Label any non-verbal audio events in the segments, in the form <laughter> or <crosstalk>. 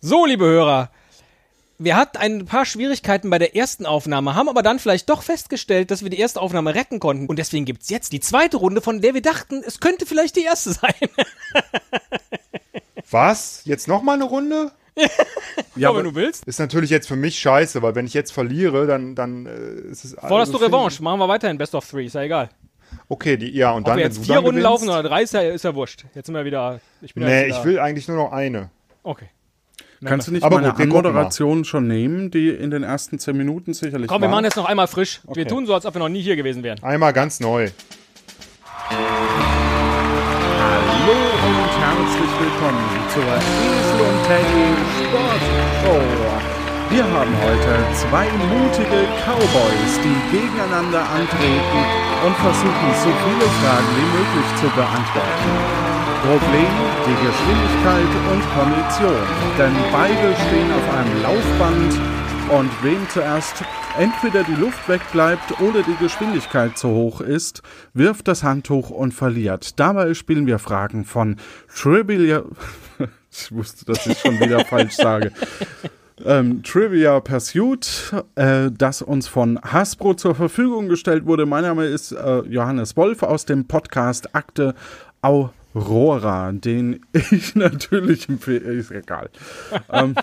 So, liebe Hörer, wir hatten ein paar Schwierigkeiten bei der ersten Aufnahme, haben aber dann vielleicht doch festgestellt, dass wir die erste Aufnahme retten konnten. Und deswegen gibt's jetzt die zweite Runde, von der wir dachten, es könnte vielleicht die erste <laughs> sein. Was? Jetzt nochmal eine Runde? Ja, wenn du willst. Ist natürlich jetzt für mich scheiße, weil wenn ich jetzt verliere, dann, dann äh, ist es alles. Forderst du Revanche, machen wir weiterhin Best of Three, ist ja egal. Okay, die, ja, und Ob dann wir wenn jetzt du vier dann Runden gewinnst, laufen oder drei, ist ja, ist ja wurscht. Jetzt sind wir wieder. Ich bin ja Nee, jetzt wieder, ich will eigentlich nur noch eine. Okay. Kannst du nicht Aber meine gut, wir gucken Anmoderation schon nehmen, die in den ersten zehn Minuten sicherlich Komm, wir war? machen das noch einmal frisch. Wir Okay. tun so, als ob wir noch nie hier gewesen wären. Einmal ganz neu. Hallo und herzlich willkommen zur Esel und Teddy Sportshow. Wir haben heute zwei mutige Cowboys, die gegeneinander antreten und versuchen, so viele Fragen wie möglich zu beantworten. Problem die Geschwindigkeit und Kondition, denn beide stehen auf einem Laufband und wem zuerst entweder die Luft wegbleibt oder die Geschwindigkeit zu hoch ist, wirft das Handtuch und verliert. Dabei spielen wir Fragen von Trivia. <laughs> Ich wusste, dass ich schon wieder falsch sage. Ähm, Trivia Pursuit, äh, das uns von Hasbro zur Verfügung gestellt wurde. Mein Name ist äh, Johannes Wolf aus dem Podcast Akte Aurora, den ich <laughs> natürlich empfehle. Ist egal. ähm,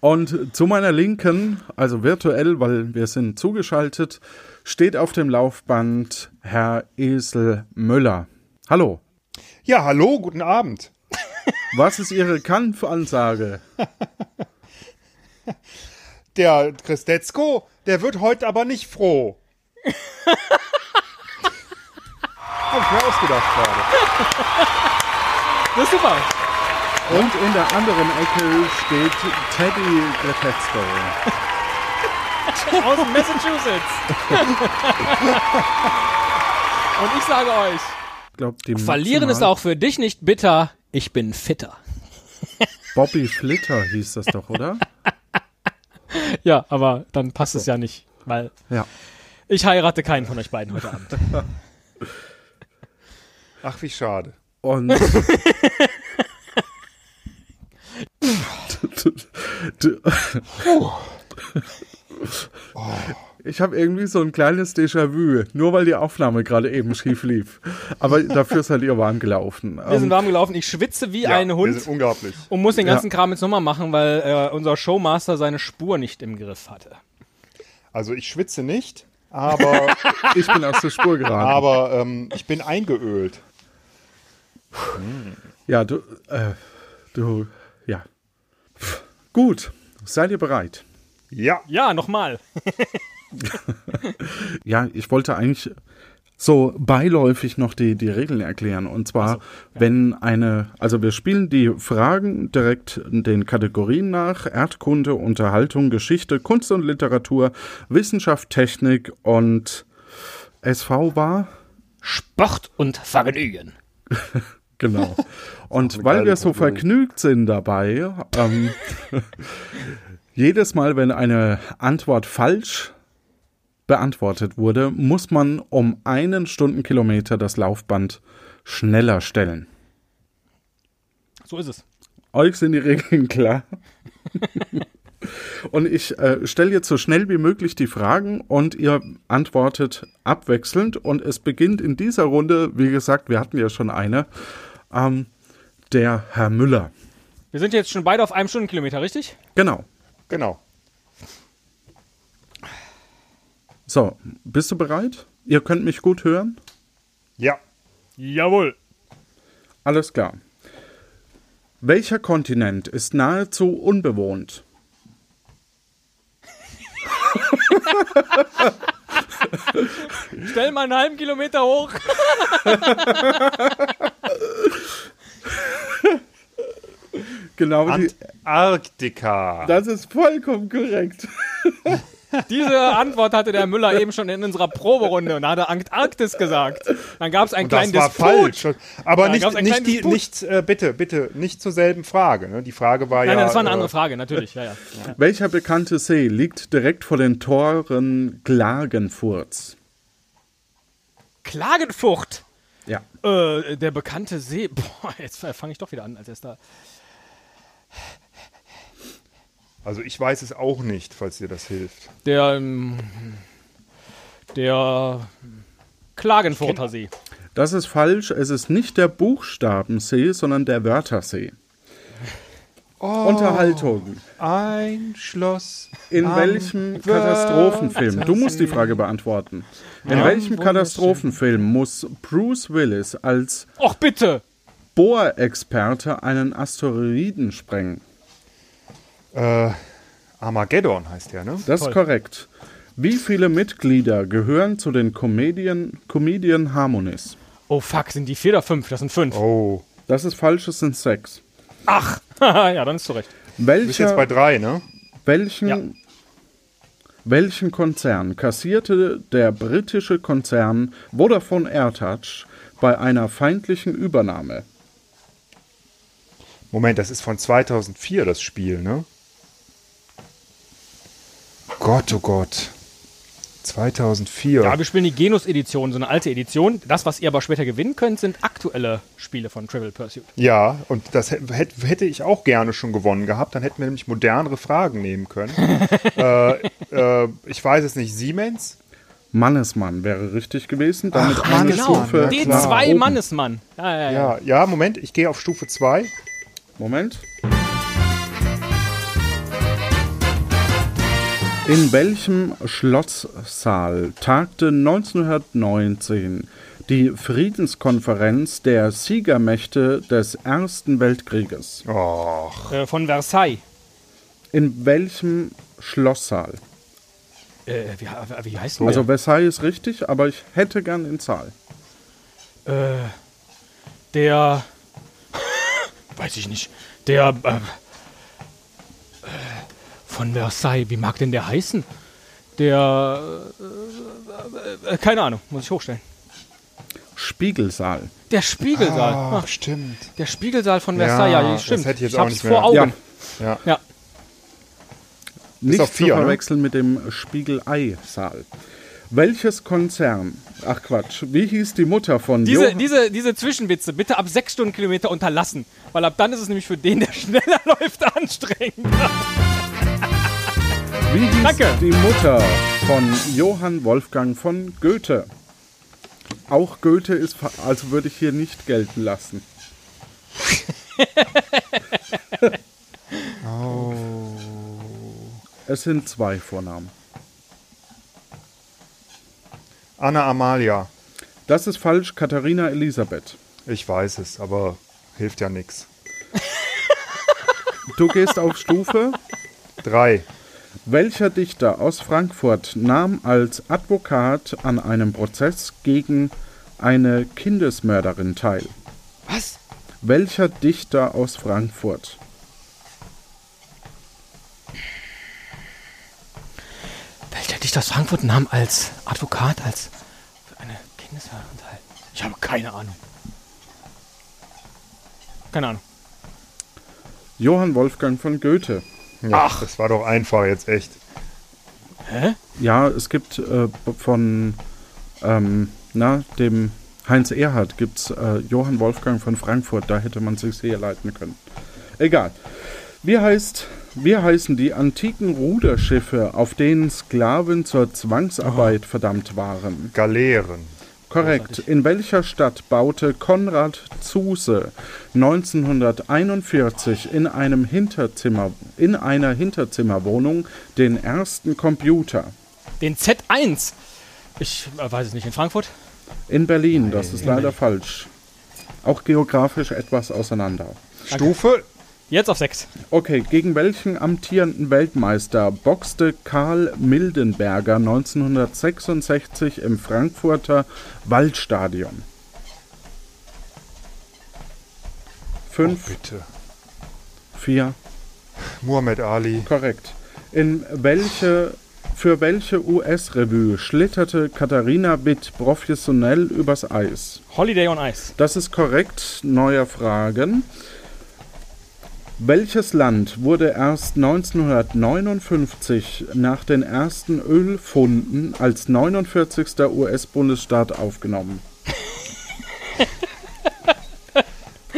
und zu meiner Linken, also virtuell, weil wir sind zugeschaltet, steht auf dem Laufband Herr Esel Müller. Hallo, Ja, hallo, guten Abend. was ist Ihre Kampfansage? Der Christetzko, der wird heute aber nicht froh. <laughs> Hab ich mir ausgedacht gerade. Das ist super. Und in der anderen Ecke steht Teddy Gretetzko. Aus <laughs> Massachusetts. Und ich sage euch: Ich glaub, die Verlieren ist maximal- auch für dich nicht bitter. Ich bin fitter. Bobby Flitter hieß das doch, oder? Ja, aber dann passt es ja nicht, weil Ja. ich heirate keinen von euch beiden heute Abend. Ach, wie schade. <laughs> Und. <laughs> Ich habe irgendwie so ein kleines Déjà-vu, nur weil die Aufnahme gerade eben schief lief. Aber dafür seid ihr warm gelaufen. Wir sind Ähm, warm gelaufen. Ich schwitze wie ein Wir Hund sind unglaublich. und muss den Ja. ganzen Kram jetzt nochmal machen, weil äh, unser Showmaster seine Spur nicht im Griff hatte. Also ich schwitze nicht, aber, ich bin aus <laughs> der Spur geraten. Ah, aber ähm, ich bin eingeölt. Ja, du, äh, du, ja. Pff, Gut, seid ihr bereit? Ja. Ja, nochmal. Ja, ich wollte eigentlich so beiläufig noch die, die Regeln erklären. Und zwar, wenn eine, also wir spielen die Fragen direkt den Kategorien nach, Erdkunde, Unterhaltung, Geschichte, Kunst und Literatur, Wissenschaft, Technik und SV war. Sport und Vergnügen. Genau. Und weil geile wir so Kategorie. vergnügt sind dabei, ähm, <laughs> jedes Mal, wenn eine Antwort falsch beantwortet wurde, muss man um einen Stundenkilometer das Laufband schneller stellen. So ist es. Euch sind die Regeln klar. und ich äh, stelle jetzt so schnell wie möglich die Fragen und ihr antwortet abwechselnd. Und es beginnt in dieser Runde, wie gesagt, wir hatten ja schon eine, ähm, der Herr Müller. Wir sind jetzt schon beide auf einem Stundenkilometer, richtig? Genau. Genau. So, bist du bereit? Ihr könnt mich gut hören? Ja. Jawohl. Alles klar. Welcher Kontinent ist nahezu unbewohnt? Stell mal einen halben Kilometer hoch. Genau, die, Antarktika. das ist vollkommen korrekt. <laughs> Diese Antwort hatte der Müller eben schon in unserer Proberunde und da hat er Antarktis gesagt. Dann gab es einen Das kleinen war Disput. falsch. Aber Ja, gab's nicht, einen kleinen nicht, die, Disput? nicht äh, bitte, bitte, nicht zur selben Frage. Ne? Die Frage war Nein, ja. nein, das war eine äh, andere Frage, natürlich. Ja, ja. <laughs> Welcher bekannte See liegt direkt vor den Toren Klagenfurts? Klagenfurt. Ja. <laughs> Äh, der bekannte See. Boah, jetzt fange ich doch wieder an als erster. Also ich weiß es auch nicht, falls dir das hilft. Der, ähm, der Klagenfurter See. Das ist falsch. Es ist nicht der Buchstabensee, sondern der Wörthersee. Oh. Unterhaltung. Ein Schloss. In welchem Katastrophenfilm? Du musst die Frage beantworten. In welchem Katastrophenfilm muss Bruce Willis als Och, bitte! Bohrexperte einen Asteroiden sprengen? Äh, Armageddon heißt der, ne? Das ist korrekt. Wie viele Mitglieder gehören zu den Comedian, Comedian Harmonies? Oh fuck, sind die vier oder fünf? Das sind fünf. Oh. Das ist falsch, es sind sechs. Ach! <laughs> ja, dann ist zu Recht. Du bist jetzt Welcher bei drei, ne? Welchen, Ja. welchen Konzern kassierte der britische Konzern Vodafone Airtouch bei einer feindlichen Übernahme? Moment, das ist von 2004 das Spiel, ne? Gott, oh Gott. 2004. Ja, wir spielen die Genus-Edition, so eine alte Edition. Das, was ihr aber später gewinnen könnt, sind aktuelle Spiele von Trivial Pursuit. Ja, und das hä- hätt- hätte ich auch gerne schon gewonnen gehabt. Dann hätten wir nämlich modernere Fragen nehmen <laughs> können. äh, äh, ich weiß es nicht. Siemens? Mannesmann wäre richtig gewesen. Damit Ach, eine Mannesmann, Stufe ja, klar. nach oben. D2-Mannesmann. Ja, ja, ja. Ja, ja, Moment, ich gehe auf Stufe 2. Moment. In welchem Schlosssaal tagte 1919 die Friedenskonferenz der Siegermächte des Ersten Weltkrieges? Oh. Och, Äh, von Versailles. In welchem Schlosssaal? Äh, wie, wie heißt Oh denn Also Versailles ist richtig, aber ich hätte gern den Saal. der? Äh, der. <laughs> weiß ich nicht. Der. Äh, äh, von Versailles. Wie mag denn der heißen? Der. Äh, äh, keine Ahnung, muss ich hochstellen. Spiegelsaal. Der Spiegelsaal. Ah. Ach, stimmt. der Spiegelsaal von Versailles, ja, Ja, das stimmt. hätte ich jetzt auch hab's nicht vor mehr. Augen. Ja, Ja. Ja. nicht auf zu vier, ne? verwechseln mit dem Spiegelei-Saal. Welches Konzern? Ach Quatsch, wie hieß die Mutter von Diese, Johann- diese, diese Zwischenwitze bitte ab 6 Stundenkilometer unterlassen, weil ab dann ist es nämlich für den, der <laughs> schneller läuft, anstrengend. Wie hieß Danke. die Mutter von Johann Wolfgang von Goethe? Auch Goethe ist, ver- also würde ich hier nicht gelten lassen. Es sind zwei Vornamen. Anna Amalia. Das ist falsch, Katharina Elisabeth. Ich weiß es, aber hilft ja nichts. Du gehst auf Stufe. Drei. Welcher Dichter aus Frankfurt nahm als Advokat an einem Prozess gegen eine Kindesmörderin teil? Was? Welcher Dichter aus Frankfurt? Welcher Dichter aus Frankfurt nahm als Advokat, als für eine Kindesverhandlung teil? Ich habe keine Ahnung. Keine Ahnung. Johann Wolfgang von Goethe. Ja, Ach. Das war doch einfach jetzt echt. Hä? Ja, es gibt äh, b- von ähm, na, dem Heinz Erhardt gibt's äh, Johann Wolfgang von Frankfurt, da hätte man sich sehr leiten können. Egal. Wie heißt, wie heißen die antiken Ruderschiffe, auf denen Sklaven zur Zwangsarbeit verdammt waren? Galeeren. Korrekt. In welcher Stadt baute Konrad Zuse 1941 in einem Hinterzimmer in einer Hinterzimmerwohnung den ersten Computer? Den Z1. Ich äh, weiß es nicht. In Frankfurt? In Berlin, das ist leider falsch. Auch geografisch etwas auseinander. Stufe? Jetzt auf 6. Okay, gegen welchen amtierenden Weltmeister boxte Karl Mildenberger 1966 im Frankfurter Waldstadion? Fünf, Oh, Bitte. vier, Muhammad Ali. korrekt. In welche, für welche US-Revue schlitterte Katharina Witt professionell übers Eis? Holiday on Ice. Das ist korrekt. Neue Fragen. Welches Land wurde erst 1959 nach den ersten Ölfunden als 49. US-Bundesstaat aufgenommen?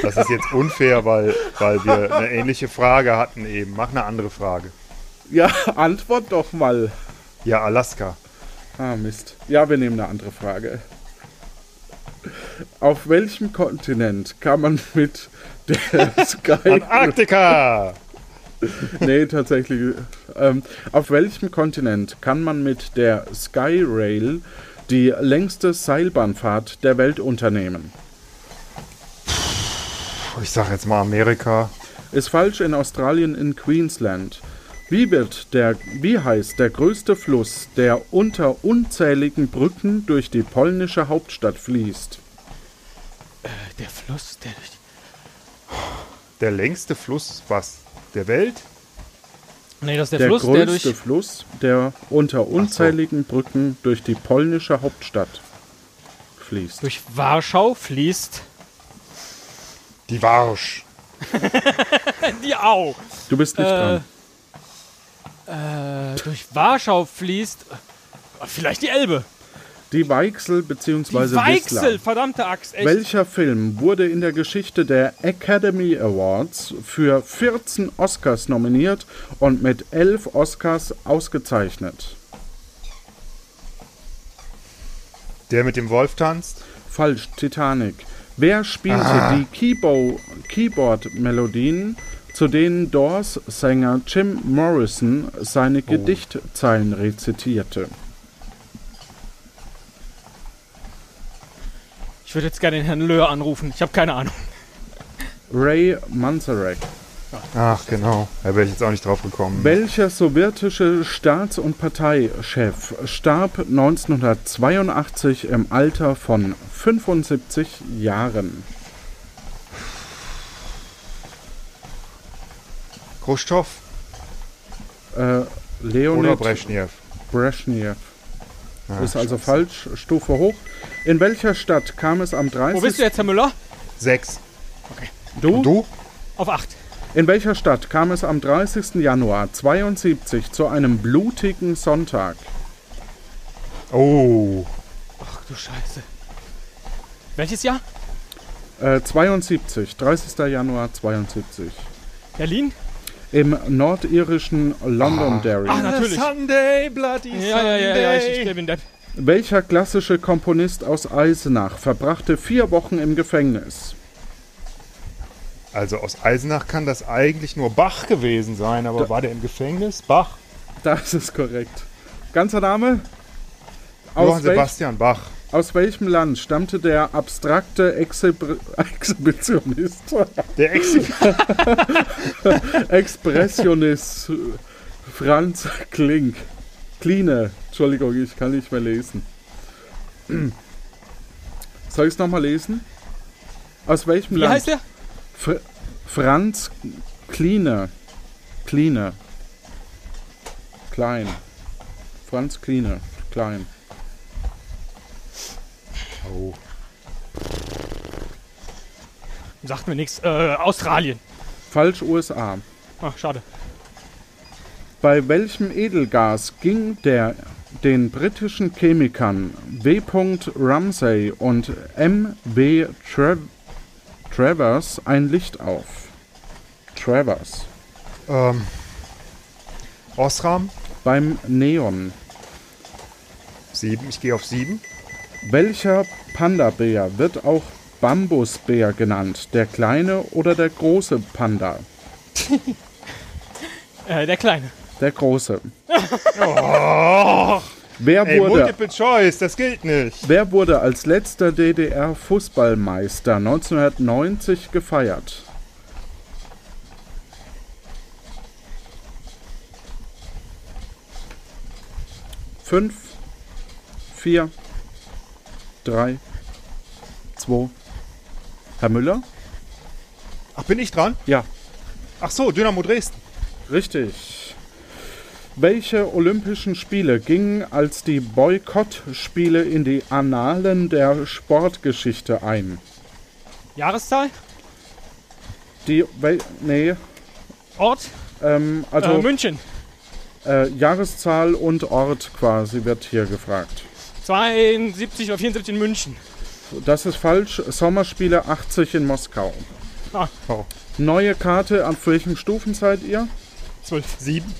Das ist jetzt unfair, weil, weil wir eine ähnliche Frage hatten eben. Mach eine andere Frage. Ja, <laughs> antwort doch mal. Ja, Alaska. Ah, Mist. Ja, wir nehmen eine andere Frage. Auf welchem Kontinent kann man mit der Sky... Antarktika! nee, tatsächlich. Ähm, auf welchem Kontinent kann man mit der Skyrail die längste Seilbahnfahrt der Welt unternehmen? Puh, Ich sag jetzt mal Amerika. Ist falsch in Australien in Queensland. Wie wird der, wie heißt der größte Fluss, der unter unzähligen Brücken durch die polnische Hauptstadt fließt? Äh, Der Fluss, der durch Der längste Fluss, was? Der Welt? die. Nee, das ist der, Der Fluss, größte der durch. Fluss, der unter unzähligen Brücken durch die polnische Hauptstadt fließt. Durch Warschau fließt. Die Warsch. Die Au! Du bist nicht dran. Äh, durch Warschau fließt. äh, Vielleicht die Elbe. Die Weichsel Die bzw. Weichsel, Wissler. verdammte Axt, echt. Welcher Film wurde in der Geschichte der Academy Awards für 14 Oscars nominiert und mit 11 Oscars ausgezeichnet? Der mit dem Wolf tanzt? Falsch, Titanic. Wer spielte Ah. die Keybo Keyboard-Melodien, zu denen Doors-Sänger Jim Morrison seine Oh. Gedichtzeilen rezitierte? Ich würde jetzt gerne den Herrn Löhr anrufen. Ich habe keine Ahnung. Ray Manzarek. Ach, genau. Da wäre ich jetzt auch nicht drauf gekommen. Welcher sowjetische Staats- und Parteichef starb 1982 im Alter von 75 Jahren? Khrushchev Äh, oder Leonid Brezhnev? Brezhnev. Ah, Ist also Scheiße. falsch, Stufe hoch. In welcher Stadt kam es am 30. Wo bist du jetzt, Herr Müller? Sechs. Du? Und du? Auf 8. In welcher Stadt kam es am 30. Januar 72 zu einem blutigen Sonntag? Oh. Ach du Scheiße. Welches Jahr? Äh, 72, 30. Januar 72. Berlin? Im nordirischen Londonderry. Ah, natürlich. Sunday, Bloody Ja, ja, ja, ja, ich, ich bin Depp. Welcher klassische Komponist aus Eisenach verbrachte vier Wochen im Gefängnis? Also aus Eisenach kann das eigentlich nur Bach gewesen sein, aber war der im Gefängnis? Bach? Das ist korrekt. Ganzer Name? Johann Aus, welch, Sebastian Bach. aus welchem Land stammte der abstrakte Exhib <laughs> Exhibitionist? Der Exil. <laughs> Expressionist Franz Klink. Kline. Entschuldigung, ich kann nicht mehr lesen. Soll ich es nochmal lesen? Aus welchem Wie Land? heißt der? Fr Franz Kline. Kline. Klein. Franz Kline. Klein. Oh. Sagt mir nichts. Äh, Australien. Falsch USA. Ach, schade. Bei welchem Edelgas ging der den britischen Chemikern W. Ramsay und M. W. Tra Travers ein Licht auf? Travers. Ähm. Osram? Beim Neon. Sieben. Ich gehe auf sieben. Welcher Panda-Bär wird auch Bambusbär genannt? Der kleine oder der große Panda? Äh, der Kleine. Der große. Wer, Ey, wurde, Multiple Choice, das gilt nicht. wer wurde als letzter DDR-Fußballmeister 1990 gefeiert? Fünf, vier, drei, zwei. Herr Müller? Ach, bin ich dran? Ja, Ach so, Dynamo Dresden. Richtig. Welche Olympischen Spiele gingen als die Boykottspiele in die Annalen der Sportgeschichte ein? Jahreszahl? Die, wel, nee, Ort? ähm, Äh, also München. äh, Jahreszahl und Ort quasi wird hier gefragt. 72 oder 74 in München. Das ist falsch. Sommerspiele 80 in Moskau. Ah, Oh. Neue Karte, ab welchem Stufen seid ihr? 12. Sieben.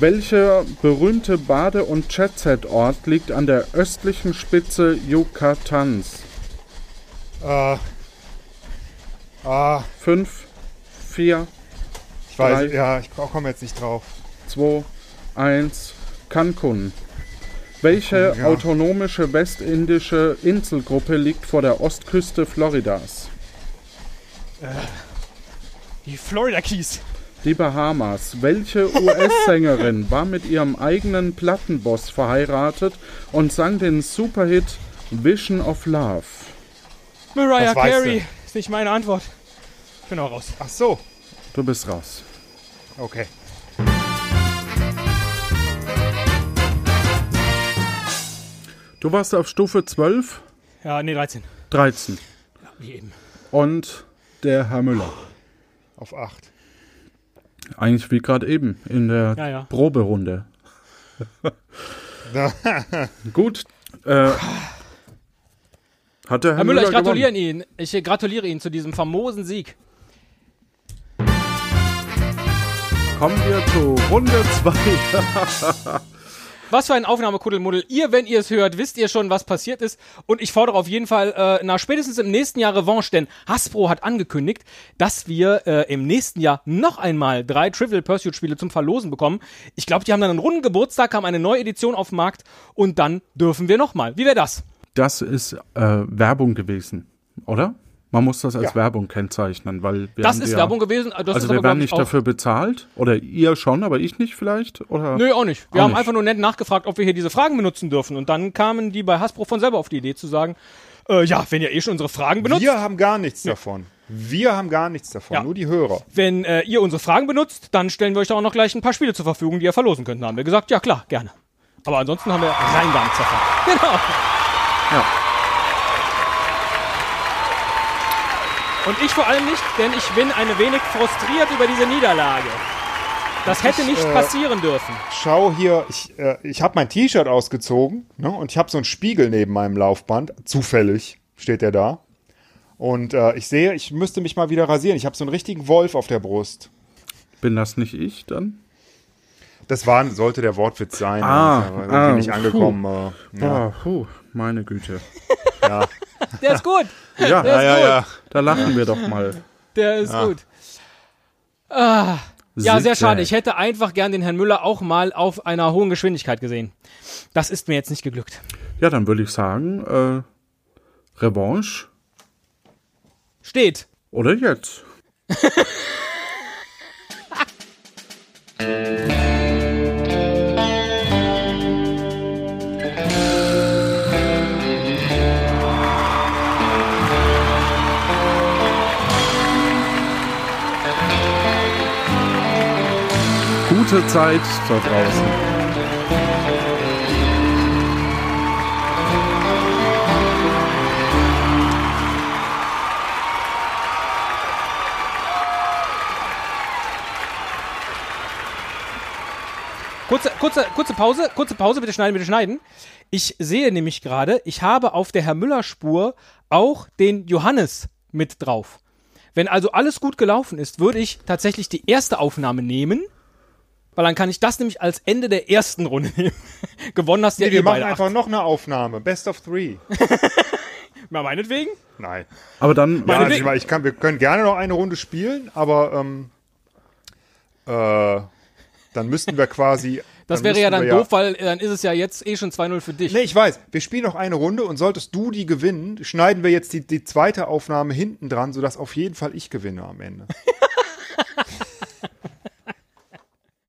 Welcher berühmte Bade- und Jet-Set-Ort liegt an der östlichen Spitze Yucatans? Äh, ah, Fünf, vier, ich weiß, Drei. ja, ich komme jetzt nicht drauf. 2, 1, Cancun. Welche Ja. autonomische westindische Inselgruppe liegt vor der Ostküste Floridas? Die Florida Keys. Die Bahamas. Welche <laughs> US-Sängerin war mit ihrem eigenen Plattenboss verheiratet und sang den Superhit Vision of Love? Mariah Das weißt Carey. Ist nicht meine Antwort. Ich Genau, bin auch raus. Ach so, Du bist raus. okay. Du warst auf Stufe 12, Ja, nee, 13. 13 Wie eben. und der Herr Müller. Auf 8. Eigentlich wie gerade eben in der Ja, ja. <laughs> Proberunde. Gut. Äh, hat der Herr, Herr Müller, ich gratuliere gewonnen? Ihnen. Ich äh, gratuliere Ihnen zu diesem famosen Sieg. Kommen wir zu Runde 2. Was für ein Aufnahmekuddelmuddel. Ihr, wenn ihr es hört, wisst ihr schon, was passiert ist. Und ich fordere auf jeden Fall äh, nach spätestens im nächsten Jahr Revanche, denn Hasbro hat angekündigt, dass wir äh, im nächsten Jahr noch einmal drei Trivial Pursuit Spiele zum Verlosen bekommen. Ich glaube, die haben dann einen runden Geburtstag, haben eine neue Edition auf den Markt und dann dürfen wir nochmal. Wie wäre das? Das ist äh, Werbung gewesen, oder? Man muss das als Ja. Werbung kennzeichnen, weil wir Das haben ist ja, Werbung gewesen. äh, Das ist Also wir aber, glaub werden ich, nicht auch- dafür bezahlt oder ihr schon, aber ich nicht vielleicht oder? Nö, auch nicht. Wir Auch haben nicht. einfach nur nett nachgefragt, ob wir hier diese Fragen benutzen dürfen. Und dann kamen die bei Hasbro von selber auf die Idee zu sagen, äh, ja, wenn ihr eh schon unsere Fragen benutzt, Wir haben gar nichts davon. Wir haben gar nichts davon, Ja. nur die Hörer. wenn äh, ihr unsere Fragen benutzt, dann stellen wir euch da auch noch gleich ein paar Spiele zur Verfügung, die ihr verlosen könnt. Da haben wir gesagt, ja klar, gerne. Aber ansonsten haben wir rein gar nichts davon. <laughs> Genau. Ja. Und ich vor allem nicht, denn ich bin ein wenig frustriert über diese Niederlage. Das hätte nicht äh, passieren dürfen. Schau hier, ich, äh, ich habe mein T-Shirt ausgezogen ne, und ich habe so einen Spiegel neben meinem Laufband. Zufällig steht der da. Und äh, ich sehe, ich müsste mich mal wieder rasieren. Ich habe so einen richtigen Wolf auf der Brust. Bin das nicht ich dann? Das war, sollte der Wortwitz sein. Ah, aber ah, bin ich puh. angekommen. Äh, ja, Ah, puh, meine Güte. ja. Der ist gut. <laughs> Ja, Der ist gut. da lachen wir doch mal. Der ist gut. Ja, sehr äh, schade. Ich hätte einfach gern den Herrn Müller auch mal auf einer hohen Geschwindigkeit gesehen. Das ist mir jetzt nicht geglückt. Ja, dann würde ich sagen, äh, Revanche Steht. oder jetzt? Gute Zeit da draußen. Kurze, kurze, kurze Pause, kurze Pause, bitte schneiden, bitte schneiden. Ich sehe nämlich gerade, ich habe auf der Herr Müller Spur auch den Johannes mit drauf. Wenn also alles gut gelaufen ist, würde ich tatsächlich die erste Aufnahme nehmen, weil dann kann ich das nämlich als Ende der ersten Runde <laughs> nehmen. Gewonnen hast du Nee, ja eh wir machen beide einfach acht. noch eine Aufnahme. Best of three. Na, meinetwegen. <laughs> Nein. Aber dann Ja, also ich Wege. meine, ich kann, wir können gerne noch eine Runde spielen, aber ähm, äh, dann müssten <laughs> wir quasi. Das wäre ja müssten dann wir doof, weil äh, dann ist es ja jetzt eh schon 2-0 für dich. Nee, ich weiß. Wir spielen noch eine Runde und solltest du die gewinnen, schneiden wir jetzt die, die zweite Aufnahme hinten dran, sodass auf jeden Fall ich gewinne am Ende.